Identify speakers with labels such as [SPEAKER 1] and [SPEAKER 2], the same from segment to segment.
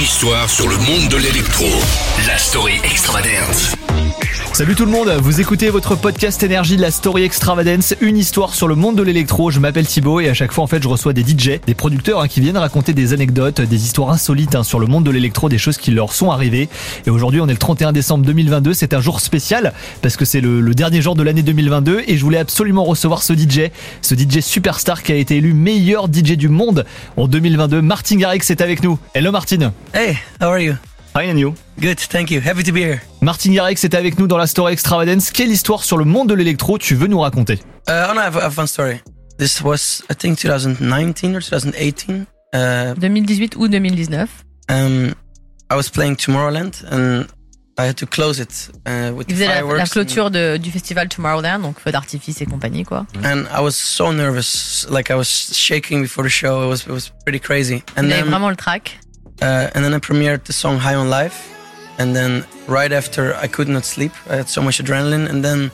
[SPEAKER 1] histoire sur le monde de l'électro. La story extravagante.
[SPEAKER 2] Salut tout le monde, vous écoutez votre podcast énergie de la Story Extravagance, une histoire sur le monde de l'électro. Je m'appelle Thibaut et à chaque fois en fait je reçois des DJ, des producteurs hein, qui viennent raconter des anecdotes, des histoires insolites hein, sur le monde de l'électro, des choses qui leur sont arrivées. Et aujourd'hui on est le 31 décembre 2022, c'est un jour spécial parce que c'est le, le dernier jour de l'année 2022 et je voulais absolument recevoir ce DJ, ce DJ superstar qui a été élu meilleur DJ du monde en 2022. Martin Garrix est avec nous. Hello Martin.
[SPEAKER 3] Hey, how are you?
[SPEAKER 2] Hi and you.
[SPEAKER 3] Good, thank you. Happy to be here.
[SPEAKER 2] Martin Garrix est avec nous dans la story Extravagance. Quelle histoire sur le monde de l'électro tu veux nous raconter
[SPEAKER 3] Uh, oh no, I have, I have one story. This was, I think, 2019 or 2018. Uh,
[SPEAKER 4] 2018 ou 2019.
[SPEAKER 3] um, I was playing Tomorrowland and I had to close it uh, with
[SPEAKER 4] Il faisait la, la
[SPEAKER 3] fireworks.
[SPEAKER 4] clôture de- du festival Tomorrowland, donc feu d'artifice et compagnie, quoi.
[SPEAKER 3] And, and I was so nervous, like I was shaking before the show. It was, it was pretty crazy. And
[SPEAKER 4] Il avait
[SPEAKER 3] then,
[SPEAKER 4] vraiment le track.
[SPEAKER 3] uh, and then I premiered the song High on Life. And then right after, I could not sleep. I had so much adrenaline. And then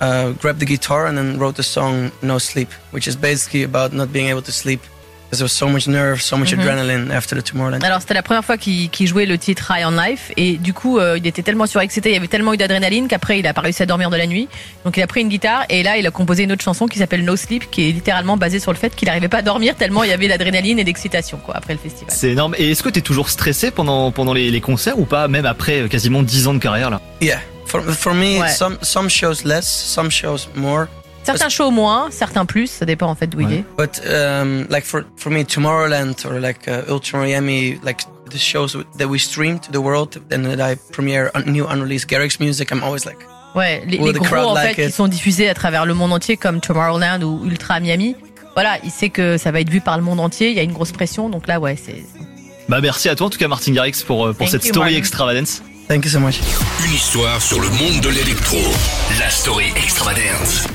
[SPEAKER 3] uh, grabbed the guitar and then wrote the song No Sleep, which is basically about not being able to sleep because there was so much nerve, so much adrenaline after the Tomorrowland.
[SPEAKER 4] Alors c'était la première fois qu'il qu'il jouait le titre High on Life et du coup euh, il était tellement surexcité, il y avait tellement eu d'adrénaline qu'après il a pas réussi à dormir de la nuit. Donc il a pris une guitare et là il a composé une autre chanson qui s'appelle No Sleep qui est littéralement basée sur le fait qu'il n'arrivait pas à dormir tellement il y avait d'adrénaline et d'excitation quoi après le festival.
[SPEAKER 2] C'est énorme. Et est-ce que t'es toujours stressé pendant, pendant les, les concerts ou pas, même après euh, quasiment 10 ans de carrière là
[SPEAKER 3] Yeah, for for me,
[SPEAKER 4] Ouais.
[SPEAKER 3] some some shows less, some shows more.
[SPEAKER 4] Certains shows moins, certains plus, ça dépend en fait d'où il
[SPEAKER 2] Ouais.
[SPEAKER 4] est.
[SPEAKER 3] But um, like for for me, Tomorrowland or like uh, Ultra Miami, like the shows that we stream to the world, and that I premiere un- new unreleased Garrix music, I'm always like,
[SPEAKER 4] Ouais, les,
[SPEAKER 3] Will
[SPEAKER 4] les
[SPEAKER 3] the
[SPEAKER 4] gros
[SPEAKER 3] crowd
[SPEAKER 4] en
[SPEAKER 3] like
[SPEAKER 4] fait
[SPEAKER 3] it?
[SPEAKER 4] qui sont diffusés à travers le monde entier comme Tomorrowland ou Ultra Miami. Voilà, il sait que ça va être vu par le monde entier, il y a une grosse pression donc là ouais, c'est
[SPEAKER 2] Bah merci à toi en tout cas Martin Garrix pour, euh, pour
[SPEAKER 4] Thank
[SPEAKER 2] cette
[SPEAKER 4] you,
[SPEAKER 2] story
[SPEAKER 4] Martin.
[SPEAKER 2] extravagance.
[SPEAKER 3] thank you so much.
[SPEAKER 1] Une histoire sur le monde de l'électro. La story extravagante.